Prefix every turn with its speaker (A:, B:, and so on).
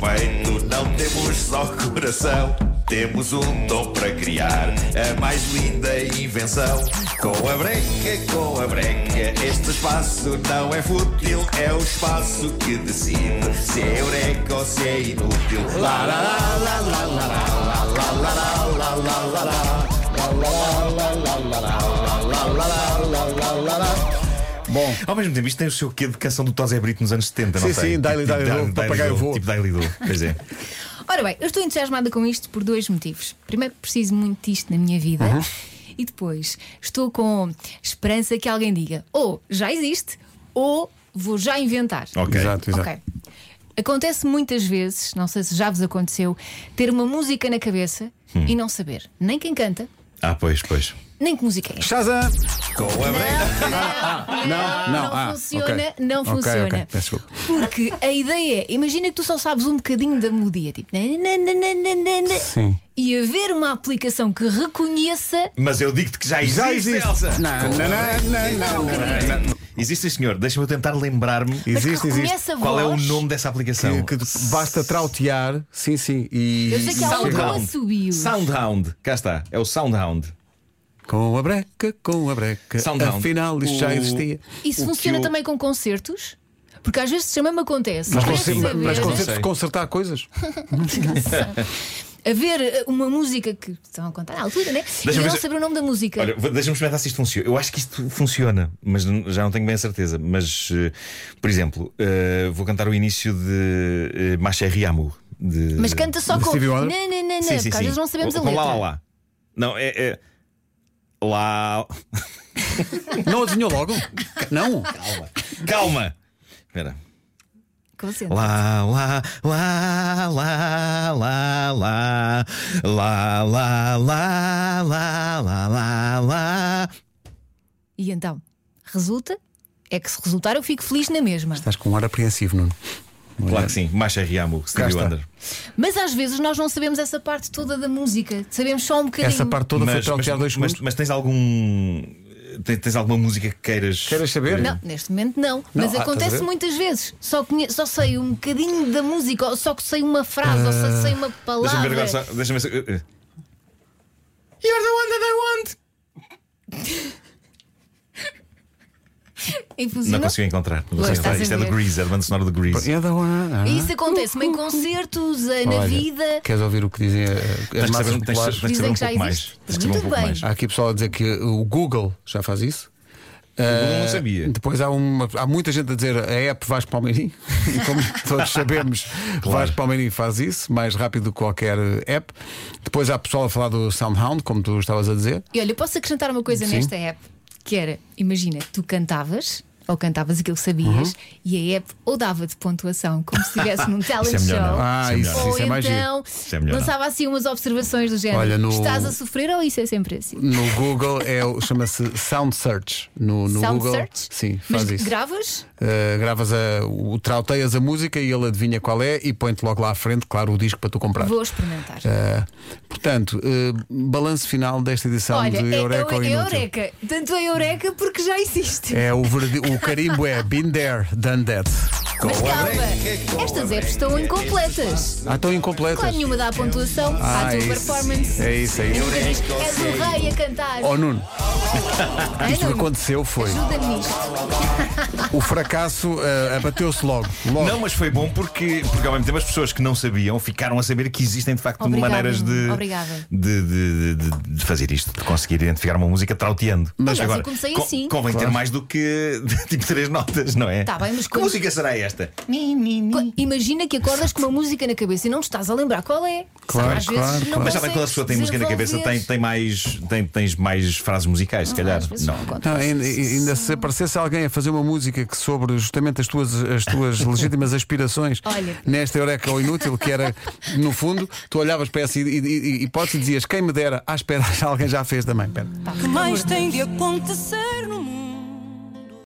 A: peito, não temos só coração. Temos um dom para criar a mais linda invenção. Com a breca, com a breca, este espaço não é fútil, é o espaço que decide se é eureka ou se é inútil. Lá, lá, lá, lá, lá, lá, lá, lá, lá, lá, lá, lá, lá, lá.
B: Bom,
C: Ao mesmo tempo, isto tem o seu quê de canção do Tosé Brito nos anos 70, não
B: Sim,
C: tem?
B: sim, Daily, Daily Do, Papagaio Voa.
C: Tipo Daily Do, pois é.
D: Ora bem, eu estou entusiasmada com isto por dois motivos. Primeiro, preciso muito disto na minha vida.
B: Uhum.
D: E depois, estou com esperança que alguém diga: ou já existe, ou vou já inventar.
C: Ok.
B: exato, exato.
D: Ok. Acontece muitas vezes, não sei se já vos aconteceu, ter uma música na cabeça
B: Hum.
D: e não saber nem quem canta,
C: Ah, pois, pois.
D: nem que música é.
B: Shazam!
A: Com a breca,
B: não, não, ah,
D: funciona,
B: ok.
D: não
B: Ok,
D: funciona.
B: ok, peço desculpa.
D: Porque a ideia é, imagina que tu só sabes um bocadinho da melodia, tipo. nananana,
B: Sim.
D: E haver uma aplicação que reconheça.
C: Mas eu digo-te que já existe.
B: Já existe!
C: Elsa.
B: Não, não, não, não, não, não.
C: Existe, senhor. Deixa-me eu tentar lembrar-me
D: mas que
B: Existe,
D: reconheça
B: existe.
D: a voz.
C: qual é o nome dessa aplicação.
B: Que, que basta trautear, sim, sim. E.
D: Eu sei que há
B: Sim.
D: um com
C: Soundhound.
D: assobio.
C: Soundhound. Cá está. É o Soundhound.
B: Com a breca, com a breca.
C: Soundhound.
B: Afinal, isto já
C: O-
B: existia.
D: Isso
C: O que
D: funciona
C: eu-
D: também com concertos? Porque às vezes também me acontece.
B: Mas
D: querer
B: consigo-
D: saber-
B: mas
C: Sei.
B: consegues consertar coisas?
D: haver eh, uma música que estão a contar à altura, né?
C: eu
D: e
C: ver
D: não
C: se-
D: saber o nome da música.
C: Olha, vou- deixa-me experimentar se isto funciona. Eu acho que isto funciona, mas n- já não tenho bem a certeza. Mas, eh, por exemplo, eh, vou cantar o início de uh, Ma Chérie Amour. de-
D: Mas canta só
B: do
D: com.
B: Stevie
D: Não, não,
B: Wonder?
D: não, não,
C: Sim, sim,
D: porque às
C: sim.
D: vezes não sabemos a
C: Com
D: letra.
C: Lá, lá, lá. Não, é. é... Lá.
B: Não adivinhou logo? Não?
C: Calma! Espera.
D: Concentra.
C: Lá, lá, lá, lá, lá, lá, lá, lá, lá, lá, lá, lá, lá.
D: E então, resulta? É que se resultar eu fico feliz na mesma.
B: Estás com um ar apreensivo, Nuno.
C: Claro que sim, Macha Riamo, Stevie
B: está.
C: Wonder.
D: Mas às vezes nós não sabemos essa parte toda da música. Sabemos só um bocadinho.
B: Essa parte toda foi trautear dois
C: mas-
B: segundos.
C: mas tens algum. Tens, tens alguma música que queiras.
B: Queres
C: é.
B: saber?
D: Não, neste momento não. Mas
B: ah, estás a
D: acontece
B: ver?
D: muitas vezes. Só, conhe- só sei um bocadinho da música, ou só que sei uma frase, ou só sei uma
C: Ah, Deixa-me ver
D: palavra.
C: agora só.
B: né?
C: Deixa-me ver. se- eh, eh. You're the one that I want!
D: E
C: Não
D: funciona.
C: consigo encontrar. Não
D: Pois,
C: consigo
D: estás
C: encontrar.
D: a
C: Isto é
D: ver.
C: do Grease, é da banda sonora do Grease.
B: É da hora.
D: E Isso acontece em concertos, eh, na
B: Olha,
D: vida.
B: Queres ouvir o que dizem eh, as
C: Tens que
B: massas
C: saber, tens,
B: populares?
C: tens que saber
D: Dizem
C: um
D: que já
C: pouco mais.
D: existe.
C: Tens que saber um
D: Muito
C: pouco
D: bem.
C: mais.
B: Há aqui pessoal a dizer que o Google já faz isso.
C: Google não
B: Eh,
C: sabia.
B: Depois há, uma- há muita gente a dizer a app Vasco Palmeirim. E como todos sabemos, Vasco Palmeirim faz isso mais rápido do que qualquer app. Depois há pessoal a falar do Soundhound, como tu estavas a dizer.
D: E olha, eu posso acrescentar uma coisa
B: Sim.
D: nesta app, que era, imagina, tu cantavas. Ou cantavas aquilo que sabias
B: Uhum.
D: e a app ou dava-te pontuação, como se estivesse num talent
C: Isso é melhor,
D: show.
C: não.
B: Ah,
C: Sim,
B: isso,
C: melhor.
D: Ou
B: isso é mais giro.
D: então
C: é melhor,
D: lançava assim umas observações do género:
B: Olha, no-
D: estás a sofrer ou isso é sempre assim?
B: No Google é, o- chama-se Sound Search. No, no
D: Sound
B: Google,
D: search?
B: Sim,
D: Mas
B: faz isso.
D: gravas?
B: Uh, gravas a, o trauteias a música e ele adivinha qual é e põe-te logo lá à frente, claro, o disco para tu comprar.
D: Vou experimentar.
B: Uh, portanto, uh, balanço final desta edição
D: Olha,
B: de
D: é,
B: Eureka ou
D: é, é
B: Inútil.
D: Eureka. Tanto é Eureka porque já existe.
B: É o, verde... o carimbo é Been There, Done That.
D: Mas calma, estas apps estão incompletas.
B: Ah, estão incompletas.
D: Claro, nenhuma dá a pontuação
B: Ah,
D: à tua
B: é isso.
D: performance.
B: É isso, é isso.
D: Nunca diz, És o rei a cantar.
B: Oh Nuno,
D: Ai,
B: isto que
D: não,
B: aconteceu foi
D: Ajuda-me nisto.
B: o fracasso uh, abateu-se logo. logo.
C: Não, mas foi bom porque, porque ao mesmo tempo as pessoas que não sabiam ficaram a saber que existem de facto
D: Obrigada,
C: maneiras de,
D: obrigada.
C: de, de- de- de fazer isto, de conseguir identificar uma música trauteando.
D: Aliás, eu comecei
C: co-
D: assim.
C: convém ter
B: Claro.
C: mais do que tipo três notas, não é?
D: Tá bem, mas
C: que
D: quando-
C: música será esta?
D: Co- Imagina que acordas com uma música na cabeça e não estás a lembrar qual é.
B: Claro,
D: Às vezes
B: claro,
D: não
B: claro.
C: Mas sabe
D: consegues
C: quando a pessoa tem música na cabeça, tem,
D: desenvolver.
C: tem mais, tem, tens mais frases musicais, se calhar.
D: Às vezes
C: Não.
B: Não,
D: acontece.
B: ainda, ainda se aparecesse alguém a fazer uma música que sobre justamente as tuas, as tuas legítimas aspirações
D: Olha.
B: nesta Eureka ou Inútil, que era, no fundo, tu olhavas para essa i- i- i- hipótese e dizias: quem me dera, ah, espera, alguém já fez também. Espera.
E: mais tem de acontecer?